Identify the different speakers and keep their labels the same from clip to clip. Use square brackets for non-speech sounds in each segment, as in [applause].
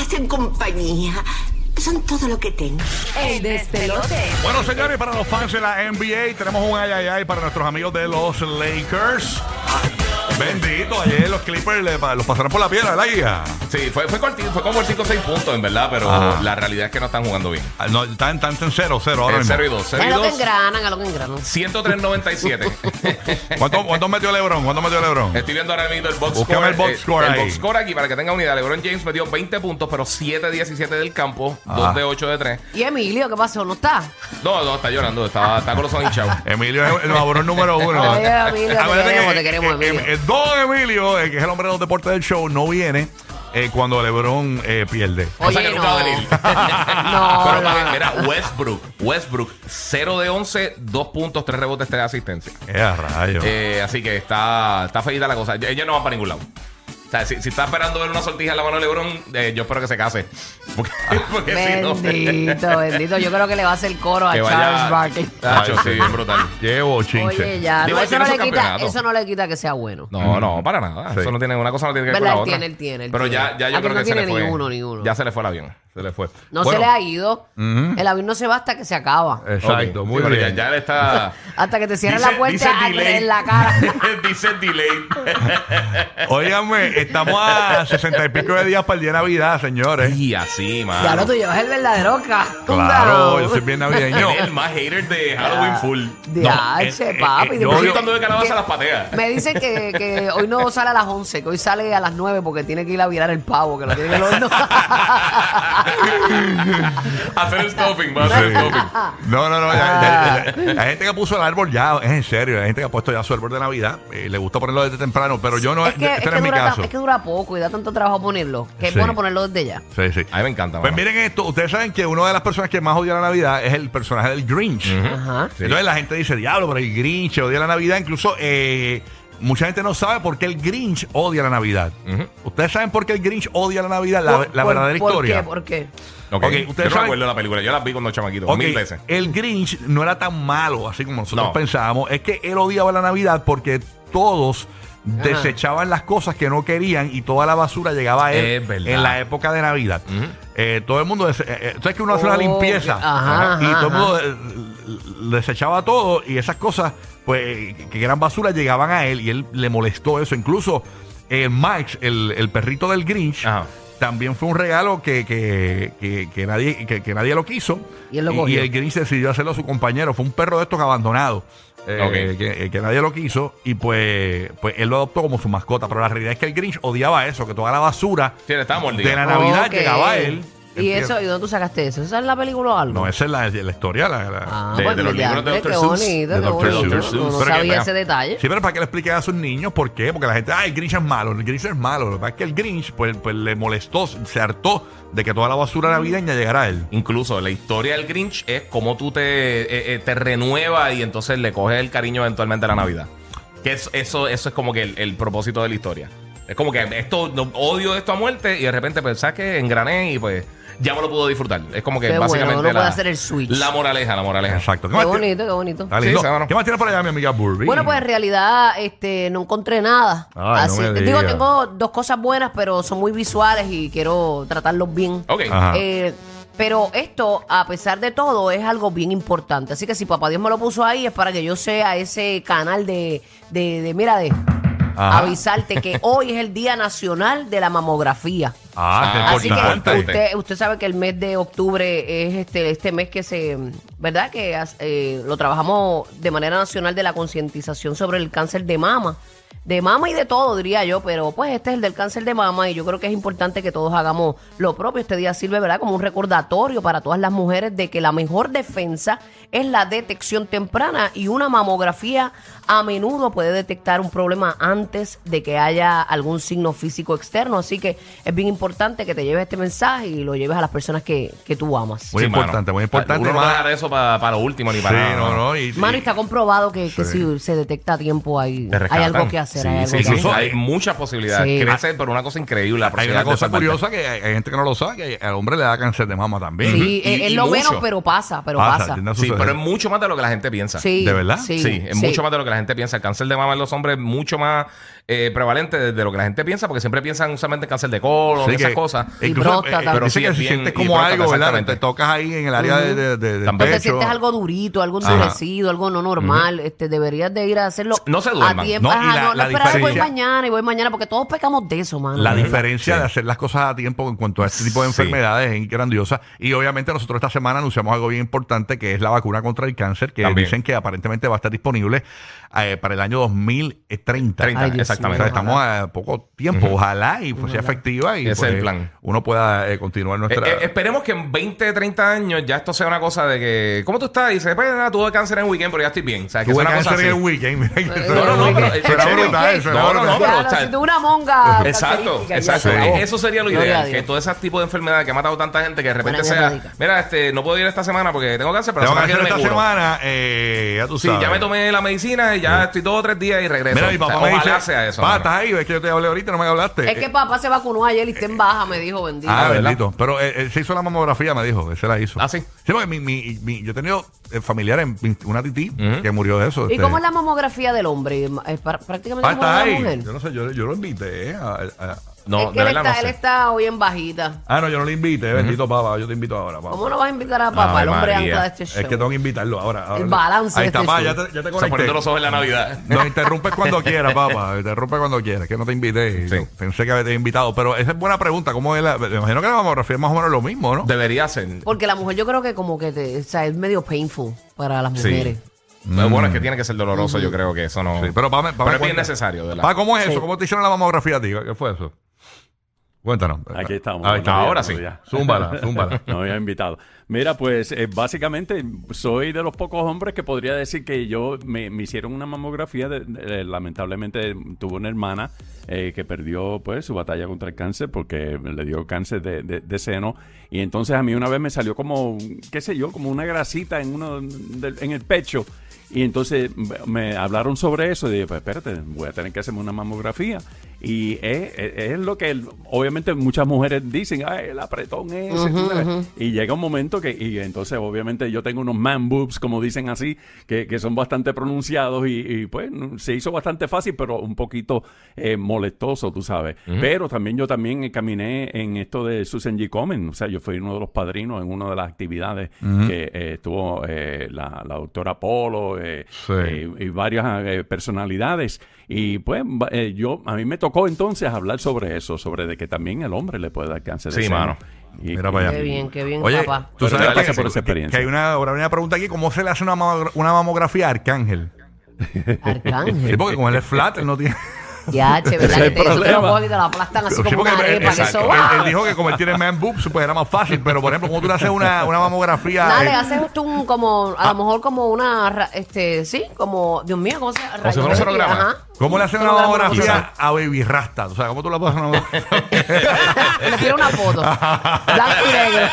Speaker 1: hacen compañía. Son todo lo que tengo.
Speaker 2: El despelote.
Speaker 3: Bueno, señores, para los fans de la NBA tenemos un ay, ay, ay para nuestros amigos de los Lakers. Bendito, ayer los Clippers le pa- los pasaron por la piedra, la guía.
Speaker 4: Sí, fue, fue cortito, fue como 5 o 6 puntos, en verdad, pero
Speaker 3: Ajá.
Speaker 4: la realidad es que no están jugando bien.
Speaker 3: Ah, No, están, están en 0 0 ahora
Speaker 4: En
Speaker 3: mismo.
Speaker 4: 0 y 2, 0 y
Speaker 5: Es lo que
Speaker 4: 2.
Speaker 5: engranan, a lo que engranan.
Speaker 3: [laughs]
Speaker 4: 103.97.
Speaker 3: ¿Cuánto, cuánto metió LeBron? ¿Cuánto metió LeBron?
Speaker 4: Estoy viendo ahora mismo el box
Speaker 3: Búscame
Speaker 4: score.
Speaker 3: el box
Speaker 4: eh,
Speaker 3: score
Speaker 4: el
Speaker 3: ahí.
Speaker 4: box score aquí para que tenga unidad. LeBron James metió 20 puntos, pero 7 de 17 del campo,
Speaker 3: Ah.
Speaker 4: 2 de 8 de 3.
Speaker 5: Y Emilio, ¿qué pasó? ¿No está?
Speaker 4: No, no, está llorando, está, está con los ojos hinchados.
Speaker 3: Emilio es el laborón número uno.
Speaker 5: Ay, Emilio, te
Speaker 3: [laughs]
Speaker 4: Ah,
Speaker 3: Acuérdate
Speaker 5: queremos, te queremos,
Speaker 3: eh,
Speaker 5: Emilio.
Speaker 3: eh, eh, don Emilio, eh, que es el hombre de los deportes del show, no viene eh, cuando LeBron eh, pierde.
Speaker 4: O sea
Speaker 5: Oye,
Speaker 4: que nunca va
Speaker 5: no.
Speaker 4: a
Speaker 5: [laughs]
Speaker 4: venir.
Speaker 5: No,
Speaker 4: Pero
Speaker 5: no,
Speaker 4: para que-
Speaker 5: no.
Speaker 4: mira, Westbrook, Westbrook, 0 de 11, 2 puntos, 3 rebotes, 3 asistencias.
Speaker 3: ¡Qué a rayos!
Speaker 4: Eh, así que está, está feita la cosa. Ellos no van para ningún lado. O sea, si, si está esperando ver una sortija en la mano de Lebron, eh, yo espero que se case. [laughs] Porque, porque si no.
Speaker 5: Bendito, bendito. Yo creo que le va a hacer coro a
Speaker 4: que
Speaker 5: Charles
Speaker 4: vaya.
Speaker 5: Barkley.
Speaker 4: Tacho, sí, bien brutal.
Speaker 3: Llevo chinche.
Speaker 5: Oye, ya.
Speaker 4: Digo,
Speaker 5: no,
Speaker 4: él
Speaker 5: eso,
Speaker 4: tiene
Speaker 5: no
Speaker 4: su
Speaker 5: le quita,
Speaker 4: campeonato.
Speaker 5: eso no le quita que sea bueno.
Speaker 4: No, no, para nada.
Speaker 3: Sí.
Speaker 4: Eso no tiene, una cosa no tiene que ver con
Speaker 5: ¿Verdad?
Speaker 4: la
Speaker 5: Él
Speaker 4: otra.
Speaker 5: tiene, él tiene, él
Speaker 4: Pero
Speaker 5: tiene.
Speaker 4: ya, ya yo
Speaker 5: Aquel
Speaker 4: creo
Speaker 5: no
Speaker 4: que se le
Speaker 5: tiene
Speaker 4: fue.
Speaker 5: ni uno, ni uno.
Speaker 4: Ya se le fue el avión. Se le fue.
Speaker 5: No se
Speaker 3: Bueno.
Speaker 5: le ha ido. El avión no se va hasta que se acaba.
Speaker 3: Exacto,
Speaker 4: Ok.
Speaker 3: muy
Speaker 4: Sí, pero
Speaker 3: bien.
Speaker 4: Ya, ya le está.
Speaker 5: Hasta que te cierran la
Speaker 4: Eh. Dice- dice
Speaker 5: puerta al-
Speaker 4: delay.
Speaker 5: en la cara.
Speaker 4: [laughs] dice delay.
Speaker 3: Óigame, estamos a sesenta y pico de días para el día de Navidad, señores.
Speaker 4: Y así, man.
Speaker 5: Ya no, tú llevas el verdadero ca.
Speaker 3: Claro, yo soy bien
Speaker 5: [laughs]
Speaker 3: navideño.
Speaker 4: Eres el más hater de Halloween full.
Speaker 5: Diache,
Speaker 3: eh, eh,
Speaker 5: Ah, papi.
Speaker 3: yo
Speaker 5: me-
Speaker 3: soy
Speaker 4: tanto de calabaza,
Speaker 5: que-
Speaker 4: las pateas.
Speaker 5: Me dicen que, que hoy no sale a las 11, que hoy sale a las 9 porque tiene que ir a virar el pavo, que lo tiene en el horno.
Speaker 4: [laughs] [laughs] Hacer el stuffing, va a hacer el
Speaker 5: [laughs]
Speaker 3: Sí.
Speaker 4: stuffing.
Speaker 3: No, no, no. ya- ya-
Speaker 5: Ah.
Speaker 3: ya- la gente que puso el árbol ya, es en serio. La gente que ha puesto ya su árbol de Navidad, eh, le gusta ponerlo desde temprano, pero yo no.
Speaker 5: es, que,
Speaker 3: este
Speaker 5: es
Speaker 3: no
Speaker 5: que
Speaker 3: es mi
Speaker 5: dura, tan-
Speaker 3: caso.
Speaker 5: es que dura poco y da tanto trabajo ponerlo, que
Speaker 3: Sí.
Speaker 5: es bueno ponerlo desde ya.
Speaker 3: Sí, sí.
Speaker 4: A mí me encanta,
Speaker 3: Pues
Speaker 4: mano.
Speaker 3: miren esto, ustedes saben que una de las personas que más odia la Navidad es el personaje del Grinch.
Speaker 5: Ajá.
Speaker 3: Sí. Entonces la gente dice, diablo, pero el Grinch odia la Navidad. Incluso eh, mucha gente no sabe por qué el Grinch odia la Navidad. Ustedes saben por qué el Grinch odia la Navidad, la, la
Speaker 5: Por-
Speaker 3: verdadera
Speaker 5: por-
Speaker 3: historia.
Speaker 5: ¿Por qué? ¿Por qué?
Speaker 4: Ok,
Speaker 3: Ok, ustedes
Speaker 4: yo no me
Speaker 3: saben-
Speaker 4: acuerdo de la película, yo la vi cuando chamaquito,
Speaker 3: Ok,
Speaker 4: mil veces.
Speaker 3: El Grinch no era tan malo, así como nosotros
Speaker 4: No.
Speaker 3: pensábamos. Es que él odiaba la Navidad porque todos desechaban las cosas que no querían y toda la basura llegaba a él
Speaker 4: Es verdad.
Speaker 3: en la época de Navidad. Eh, todo el mundo, dese- eh, eh, tú sabes que uno hace una
Speaker 5: Oh,
Speaker 3: limpieza
Speaker 5: ajá,
Speaker 3: y
Speaker 5: ajá,
Speaker 3: todo el mundo eh, desechaba todo y esas cosas pues que eran basura llegaban a él y él le molestó eso. Incluso eh, Max, el, el perrito del Grinch,
Speaker 4: Ajá.
Speaker 3: también fue un regalo que, que- que- que nadie, que, que nadie lo quiso.
Speaker 5: Y él lo cogió.
Speaker 3: el Grinch decidió hacerlo a su compañero. Fue un perro de estos abandonado. eh,
Speaker 4: Ok.
Speaker 3: que, eh, que nadie lo quiso. Y pues, pues él lo adoptó como su mascota. Pero la realidad es que el Grinch odiaba eso, que toda la basura
Speaker 4: Sí, le estaba mordido.
Speaker 3: de la Navidad
Speaker 5: Ok.
Speaker 3: llegaba a él.
Speaker 5: ¿Y
Speaker 3: Empieza-
Speaker 5: eso? ¿Y dónde tú sacaste eso? ¿Eso es la película o algo?
Speaker 3: No, esa es la, la historia. la- la-
Speaker 5: Ah,
Speaker 4: De-
Speaker 5: pues
Speaker 4: de los
Speaker 5: mira,
Speaker 4: libros de
Speaker 5: ve,
Speaker 4: Dr.
Speaker 5: Qué
Speaker 4: Seuss.
Speaker 5: bonito,
Speaker 3: De
Speaker 5: qué
Speaker 3: Dr.
Speaker 5: bonito.
Speaker 4: Seuss.
Speaker 5: No, no
Speaker 3: Pero que-
Speaker 5: sabía
Speaker 3: pero-
Speaker 5: ese detalle.
Speaker 3: Sí, pero para que le expliques a sus niños por qué, porque la gente, ah, el Grinch es malo, el Grinch es malo. Lo que pasa es que el Grinch pues, pues, le molestó, se hartó de que toda la basura navideña llegara a él.
Speaker 4: Incluso la historia del Grinch es cómo tú te, eh, eh, te renuevas y entonces le coges el cariño eventualmente a la Navidad. Que es- eso, eso es como que el, el propósito de la historia. Es como que esto no- odio esto a muerte y de repente pensás que engrané y pues ya me lo puedo disfrutar. Es como que
Speaker 5: Qué bueno,
Speaker 4: básicamente
Speaker 5: uno
Speaker 4: la,
Speaker 5: puede hacer el switch.
Speaker 4: la moraleja, la moraleja.
Speaker 3: Exacto.
Speaker 5: Qué
Speaker 3: más tiene-
Speaker 5: bonito, qué bonito.
Speaker 3: Está
Speaker 4: Sí,
Speaker 3: lindo.
Speaker 4: sábado.
Speaker 3: ¿Qué más tienes por allá, mi amiga Burby?
Speaker 5: Bueno, pues en realidad este, no encontré nada.
Speaker 3: Ay, no me
Speaker 5: digo,
Speaker 3: digas.
Speaker 5: tengo dos cosas buenas, pero son muy visuales y quiero tratarlos bien.
Speaker 4: Ok.
Speaker 3: Ajá.
Speaker 5: Eh, pero esto, a pesar de todo, es algo bien importante. Así que si papá Dios me lo puso ahí, es para que yo sea ese canal de, de, de- mira, de
Speaker 3: Ajá.
Speaker 5: avisarte que hoy es el Día Nacional de la Mamografía.
Speaker 3: Ah,
Speaker 4: Ah,
Speaker 3: qué
Speaker 5: Así
Speaker 3: importante.
Speaker 5: que
Speaker 4: importante.
Speaker 5: usted, usted sabe que el mes de octubre es este, este mes que se, ¿verdad? Que as- eh, lo trabajamos de manera nacional de la concientización sobre el cáncer de mama. De mama y de todo, diría yo, pero pues este es el del cáncer de mama y yo creo que es importante que todos hagamos lo propio. Este día sirve, ¿verdad? Como un recordatorio para todas las mujeres de que la mejor defensa es la detección temprana y una mamografía a menudo puede detectar un problema antes de que haya algún signo físico externo. Así que es bien importante que te lleves este mensaje y lo lleves a las personas que, que tú amas.
Speaker 3: Muy importante, muy importante,
Speaker 4: Uno no
Speaker 3: mano.
Speaker 4: va a dejar eso para lo último ni
Speaker 3: Sí,
Speaker 4: para
Speaker 3: no, no. y-
Speaker 5: Mano, y
Speaker 3: y-
Speaker 5: está comprobado que, que
Speaker 3: Sí.
Speaker 5: si se detecta a tiempo hay,
Speaker 4: Te
Speaker 5: hay
Speaker 4: rescatan.
Speaker 5: algo que que hacer.
Speaker 4: Sí,
Speaker 5: hay algo
Speaker 4: sí,
Speaker 5: que
Speaker 4: sí,
Speaker 5: hacer.
Speaker 3: Incluso
Speaker 4: hay
Speaker 3: hay-
Speaker 4: muchas posibilidades.
Speaker 5: Sí.
Speaker 4: Crece, pero una cosa increíble. la
Speaker 3: Hay
Speaker 4: posibilidad
Speaker 3: una
Speaker 4: de
Speaker 3: cosa
Speaker 4: esa parte.
Speaker 3: curiosa que hay, hay gente que no lo sabe, que al hombre le da cáncer de mama también.
Speaker 5: Sí,
Speaker 4: y-
Speaker 5: es, es
Speaker 4: y
Speaker 5: lo
Speaker 4: mucho.
Speaker 5: menos, pero pasa, pero pasa.
Speaker 3: tiende a
Speaker 4: Sí,
Speaker 3: suceder.
Speaker 4: pero es mucho más de lo que la gente piensa.
Speaker 5: Sí,
Speaker 3: ¿De verdad?
Speaker 4: Sí, es
Speaker 5: sí.
Speaker 4: mucho más de lo que la gente piensa. El cáncer de mama en los hombres es mucho más eh, prevalente de, de lo que la gente piensa, porque siempre piensan usualmente en cáncer de colon,
Speaker 3: Sí,
Speaker 4: esas
Speaker 3: que-
Speaker 4: cosas.
Speaker 5: Y
Speaker 3: incluso,
Speaker 5: próstata.
Speaker 3: eh, pero
Speaker 4: Pero
Speaker 3: dice
Speaker 4: sí,
Speaker 3: que
Speaker 4: es
Speaker 3: si
Speaker 4: bien-
Speaker 3: sientes
Speaker 4: y
Speaker 3: como
Speaker 4: próstata,
Speaker 3: algo, ¿verdad?
Speaker 4: exactamente.
Speaker 3: Te tocas ahí en el área de, de, de- del
Speaker 4: Tampoco
Speaker 5: Cuando
Speaker 3: pecho.
Speaker 5: te sientes algo durito, algo
Speaker 3: Ajá.
Speaker 5: endurecido, algo no normal, este, deberías de ir a hacerlo
Speaker 4: No se
Speaker 5: a
Speaker 4: duerman.
Speaker 5: tiempo.
Speaker 3: No, y
Speaker 5: Ajá,
Speaker 3: la-
Speaker 5: no, no
Speaker 3: la
Speaker 5: esperar, voy
Speaker 3: diferencia-
Speaker 5: mañana y voy mañana, porque todos pecamos de eso, mano.
Speaker 3: La
Speaker 5: ¿verdad?
Speaker 3: diferencia
Speaker 4: Sí.
Speaker 3: de hacer las cosas a tiempo en cuanto a este tipo de
Speaker 4: Sí.
Speaker 3: enfermedades es grandiosa. Y obviamente nosotros esta semana anunciamos algo bien importante que es la vacuna contra el cáncer, que
Speaker 4: También.
Speaker 3: dicen que aparentemente va a estar disponible eh, para el año 2030.
Speaker 4: 30,
Speaker 5: Ay, Dios
Speaker 3: O sea,
Speaker 4: exactamente.
Speaker 5: mío.
Speaker 3: estamos a poco tiempo, ojalá y pues, sea efectiva y
Speaker 4: Ese es
Speaker 3: pues,
Speaker 4: el plan.
Speaker 3: uno pueda eh, continuar nuestra...
Speaker 4: Eh, eh, esperemos que en 20, 30 años ya esto sea una cosa de que. ¿Cómo tú estás? Y dices, pues nada, tuve cáncer en el weekend, pero ya estoy bien. O sea, que
Speaker 3: Tuve
Speaker 4: sea una cosa
Speaker 3: cáncer en el
Speaker 4: así.
Speaker 3: weekend. mira que
Speaker 5: Eh,
Speaker 3: eso
Speaker 4: No, no,
Speaker 3: era-
Speaker 4: no, pero. eh,
Speaker 3: eso era
Speaker 4: en serio.
Speaker 3: brutal, eso era
Speaker 4: No, no,
Speaker 3: brutal.
Speaker 4: no, pero.
Speaker 5: Claro,
Speaker 4: o sea,
Speaker 5: eh, si tú una monga.
Speaker 4: Exacto,
Speaker 5: característica, ya
Speaker 4: exacto.
Speaker 5: se acabó.
Speaker 4: Eso sería lo
Speaker 5: Gloria a
Speaker 4: ideal,
Speaker 5: Dios.
Speaker 4: que todo ese tipo de enfermedades que ha matado tanta gente que de repente
Speaker 5: Buena
Speaker 4: sea,
Speaker 5: dinámica.
Speaker 4: mira, este, no puedo ir esta semana porque tengo cáncer, pero
Speaker 3: Tengo
Speaker 4: la
Speaker 3: que hacer
Speaker 4: semana que
Speaker 3: esta
Speaker 4: viene me curo.
Speaker 3: semana, eh, ya tú
Speaker 4: Sí,
Speaker 3: sabes.
Speaker 4: ya me tomé la medicina y ya estoy dos o tres días y regreso.
Speaker 3: Mira, mi papá
Speaker 4: O sea,
Speaker 3: me
Speaker 4: ojalá
Speaker 3: dice,
Speaker 4: sea eso.
Speaker 3: "Pa,
Speaker 4: mano.
Speaker 3: estás ahí, es que yo te hablé ahorita, no me hablaste.
Speaker 5: Es que papá se vacunó ayer y está en baja, me dijo, bendito.
Speaker 3: Ah,
Speaker 4: Ah, ¿verdad?
Speaker 3: bendito. Pero él, él se hizo la mamografía, me dijo. Él se la hizo.
Speaker 4: Ah, ¿sí?
Speaker 3: porque mi, mi- mi- yo he tenido eh, familiares, mi- una tití que murió de eso.
Speaker 5: ¿Y
Speaker 3: este.
Speaker 5: cómo es la mamografía del hombre? ¿Es pra- prácticamente como
Speaker 3: Ah,
Speaker 5: la
Speaker 3: está
Speaker 5: de la
Speaker 3: ahí.
Speaker 5: mujer?
Speaker 3: Yo no sé, yo, yo lo invité. eh, a- a-
Speaker 4: No,
Speaker 5: es que
Speaker 4: de
Speaker 5: él
Speaker 4: verdad
Speaker 5: está,
Speaker 4: no
Speaker 5: él
Speaker 4: sé.
Speaker 5: está hoy en bajita.
Speaker 3: Ah, no, yo no le invité. Bendito papá, yo te invito ahora. papá.
Speaker 5: ¿Cómo no vas a invitar a papá,
Speaker 4: Ay,
Speaker 5: el hombre
Speaker 4: María.
Speaker 5: ancla de este
Speaker 3: Es
Speaker 5: show?
Speaker 3: que tengo que invitarlo ahora. ahora.
Speaker 5: El balance
Speaker 3: Ahí
Speaker 5: de
Speaker 3: está,
Speaker 5: este
Speaker 3: papá,
Speaker 5: show.
Speaker 3: ya te, ya te
Speaker 4: O sea, poniendo
Speaker 3: conecté.
Speaker 4: los ojos en la Navidad.
Speaker 3: Nos interrumpes
Speaker 4: [laughs]
Speaker 3: cuando quieras, papá. Nos Interrumpes cuando quieras, que no te invité.
Speaker 4: Sí.
Speaker 3: Pensé que había invitado. Pero esa es buena pregunta. ¿Cómo es la, me imagino que la mamografía es más o menos lo mismo, ¿no?
Speaker 4: Debería ser.
Speaker 5: Porque la mujer yo creo que como que te- o sea, es medio painful para las mujeres.
Speaker 4: Pero Bueno, es que tiene que ser doloroso, yo creo que eso no.
Speaker 3: Mm. Sí, pero pa- pa-
Speaker 4: Pero es bien
Speaker 3: cuenta.
Speaker 4: necesario, de verdad.
Speaker 3: Pa, ¿cómo es eso? ¿Cómo te hicieron la mamografía a ti? ¿Qué fue eso? Cuéntanos.
Speaker 4: Pues
Speaker 6: Aquí estamos.
Speaker 3: Ahí está.
Speaker 6: Buenos
Speaker 4: Ah, ahora
Speaker 6: días,
Speaker 4: sí.
Speaker 6: buenos
Speaker 3: Zúmbala,
Speaker 6: días. [laughs]
Speaker 3: zúmbala.
Speaker 6: No había invitado. Mira, pues eh, básicamente soy de los pocos hombres que podría decir que yo me, me hicieron una mamografía. de- de- eh, lamentablemente tuve una hermana eh, que perdió pues su batalla contra el cáncer porque le dio cáncer de, de- de seno. Y entonces a mí una vez me salió como, qué sé yo, como una grasita en, uno, del- en el pecho. Y entonces me hablaron sobre eso y dije, pues espérate, voy a tener que hacerme una mamografía. Y es, es- es lo que el- obviamente muchas mujeres dicen, ay, el apretón ese. tú sabes. Y llega un momento que, y entonces obviamente yo tengo unos man boobs, como dicen así, que, que son bastante pronunciados y, y, pues se hizo bastante fácil, pero un poquito eh, molestoso, tú sabes. Pero también yo también eh, caminé en esto de Susan G. Komen, o sea, yo fui uno de los padrinos en una de las actividades que eh, estuvo eh, la, la doctora Polo, eh,
Speaker 3: Sí.
Speaker 6: eh, y y varias eh, personalidades. Y pues va- eh, yo, a mí me tocó entonces hablar sobre eso, sobre de que también el hombre le puede dar cáncer de
Speaker 4: Sí,
Speaker 6: seno.
Speaker 4: mano.
Speaker 6: Y-
Speaker 3: Mira para allá.
Speaker 5: Qué bien, qué bien,
Speaker 3: Oye,
Speaker 5: papá.
Speaker 3: tú
Speaker 6: Pero
Speaker 3: sabes
Speaker 6: gracias
Speaker 3: que-
Speaker 6: por esa
Speaker 3: que-
Speaker 6: experiencia.
Speaker 3: Que hay una, ahora hay una pregunta aquí. ¿Cómo se le hace una, mamogra- una mamografía a Arcángel? Sí,
Speaker 5: Arcángel.
Speaker 3: porque como él es flat, él no tiene...
Speaker 5: Ya, che, ¿verdad?
Speaker 6: Ese es
Speaker 5: Que
Speaker 6: el
Speaker 5: te, eso te lo
Speaker 6: problema.
Speaker 5: cogen y te lo aplastan [laughs] así
Speaker 3: Sí,
Speaker 5: como
Speaker 3: porque
Speaker 5: una
Speaker 3: él,
Speaker 5: arepa. que
Speaker 3: exacto.
Speaker 5: eso,
Speaker 3: Él- él
Speaker 5: ¡ah!
Speaker 3: dijo que como él tiene man boobs, pues era más fácil. Pero, por ejemplo, como tú le haces una, una mamografía...
Speaker 5: Nada, le
Speaker 3: eh,
Speaker 5: haces tú un como, a lo mejor como una, ra- este, sí, como, Dios mío, ¿cómo se llama?
Speaker 4: Como si fuera un sonograma.
Speaker 3: ¿Cómo le haces una
Speaker 5: Sonograma,
Speaker 3: mamografía a Baby Rasta? O sea, ¿cómo tú le haces una mamografía?
Speaker 5: Le tiro una
Speaker 3: [laughs]
Speaker 5: foto. Blanco y negro.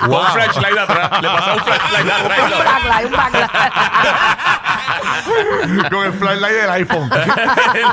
Speaker 4: Con un flashlight atrás. Le pasó
Speaker 3: [laughs]
Speaker 4: un flashlight atrás. y
Speaker 5: un
Speaker 4: lo-
Speaker 5: backlash, un backlash.
Speaker 3: Con el flashlight del iPhone.
Speaker 4: [laughs] en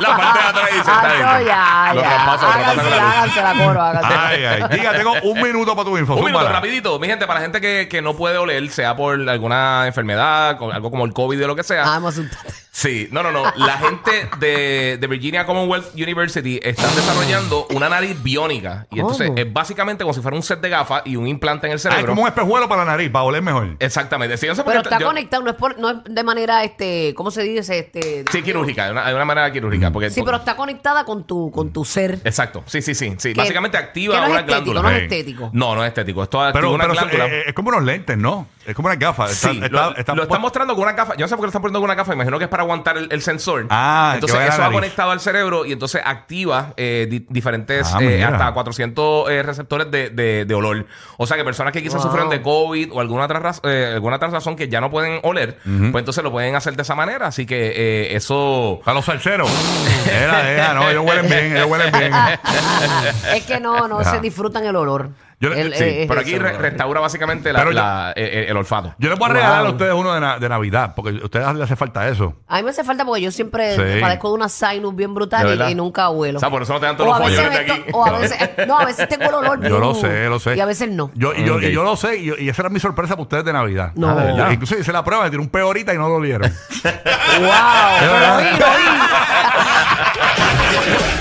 Speaker 4: la parte de atrás y dice, está bien.
Speaker 5: Ah, no, ya,
Speaker 4: Lo
Speaker 5: ya.
Speaker 4: traspaso, lo traspaso
Speaker 5: Háganse,
Speaker 4: con la luz.
Speaker 5: háganse la coro, háganse.
Speaker 3: Ay, ay. Giga, tengo un minuto para tu info.
Speaker 4: Un minuto,
Speaker 3: zúmbala.
Speaker 4: rapidito. Mi gente, para la gente que, que no puede oler, sea por alguna enfermedad, con- algo como el COVID o lo que sea.
Speaker 5: Ah, me asustaste.
Speaker 4: Sí, no, no, no. La gente de, de Virginia Commonwealth University están desarrollando una nariz biónica. Y entonces
Speaker 5: ¿Cómo?
Speaker 4: es básicamente como si fuera un set de gafas y un implante en
Speaker 3: Ah,
Speaker 4: el
Speaker 3: es
Speaker 4: cerebro.
Speaker 3: como un espejuelo para la nariz, para oler mejor.
Speaker 4: Exactamente. Sí, yo sé por
Speaker 5: Pero
Speaker 4: qué-
Speaker 5: está
Speaker 4: yo-
Speaker 5: conectado, no es, por- no es de manera, este, ¿cómo se dice? Este,
Speaker 4: Sí, quirúrgica, de una, de una manera quirúrgica. Porque,
Speaker 5: sí, pero está conectada con tu, con tu ser.
Speaker 4: Exacto, sí, sí, sí. sí.
Speaker 5: Que-
Speaker 4: Básicamente
Speaker 5: que
Speaker 4: activa
Speaker 5: no es
Speaker 4: una
Speaker 5: estético,
Speaker 4: glándula.
Speaker 5: No es
Speaker 3: Sí.
Speaker 5: estético.
Speaker 4: No, no es estético. Esto activa
Speaker 3: Pero,
Speaker 4: una
Speaker 3: pero
Speaker 4: glándula.
Speaker 3: eh, eh, es como unos lentes, ¿no? Es como unas gafas. Está-
Speaker 4: sí,
Speaker 3: está-
Speaker 4: lo,
Speaker 3: está-
Speaker 4: lo están mostrando con una gafa. Yo no sé por qué lo están poniendo con una gafa. Imagino que es para aguantar el, el sensor.
Speaker 3: Ah, que
Speaker 4: entonces
Speaker 3: vaya a la
Speaker 4: eso va
Speaker 3: nariz.
Speaker 4: conectado al cerebro y entonces activa eh, di- diferentes,
Speaker 3: Ah,
Speaker 4: eh,
Speaker 3: mira.
Speaker 4: hasta 400 eh, receptores de, de- de olor. O sea que personas que quizás
Speaker 5: Wow.
Speaker 4: sufren de COVID o alguna otra, raz- eh, alguna otra razón que ya no pueden oler, pues entonces lo pueden hacer de esa manera. Así que eh, eso.
Speaker 3: A los salseros. Era, era, no, ellos huelen bien, ellos huelen bien.
Speaker 5: [laughs] es que no, no
Speaker 3: Ajá.
Speaker 5: se disfrutan el olor.
Speaker 3: Yo le,
Speaker 5: El-
Speaker 3: sí.
Speaker 5: eh,
Speaker 4: Pero aquí
Speaker 5: eso,
Speaker 4: re-
Speaker 5: ¿no?
Speaker 4: restaura básicamente la-
Speaker 3: Pero yo-
Speaker 4: la- eh, eh, el olfato.
Speaker 3: Yo les voy a
Speaker 5: Wow.
Speaker 3: regalar a ustedes uno de, na- de Navidad, porque a ustedes les hace falta eso.
Speaker 5: A mí me hace falta porque yo siempre
Speaker 3: Sí.
Speaker 5: padezco de una sinus bien
Speaker 4: ¿De
Speaker 5: brutal
Speaker 4: verdad?
Speaker 5: y, y nunca huelo.
Speaker 4: O sea, por eso no te dan todos
Speaker 5: O a
Speaker 4: los
Speaker 5: veces
Speaker 4: follones de
Speaker 5: esto-
Speaker 4: aquí.
Speaker 5: o a veces- no, a veces tengo el olor
Speaker 3: Yo
Speaker 5: bien-
Speaker 3: lo sé, lo sé.
Speaker 5: Y a veces no.
Speaker 3: Yo, y yo,
Speaker 4: Ok.
Speaker 3: y yo lo sé, y, yo- y esa era mi sorpresa para ustedes de Navidad.
Speaker 5: No. Ah, ¿de
Speaker 3: Yo-
Speaker 5: verdad?
Speaker 3: Incluso hice la prueba, me tiré un peorita y no
Speaker 5: [laughs]
Speaker 3: lo olieron.
Speaker 5: Pero vi, lo vi.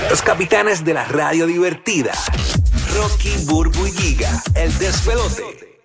Speaker 7: Los capitanes de la radio divertida. Rocky, Burbu y Giga. El despelote.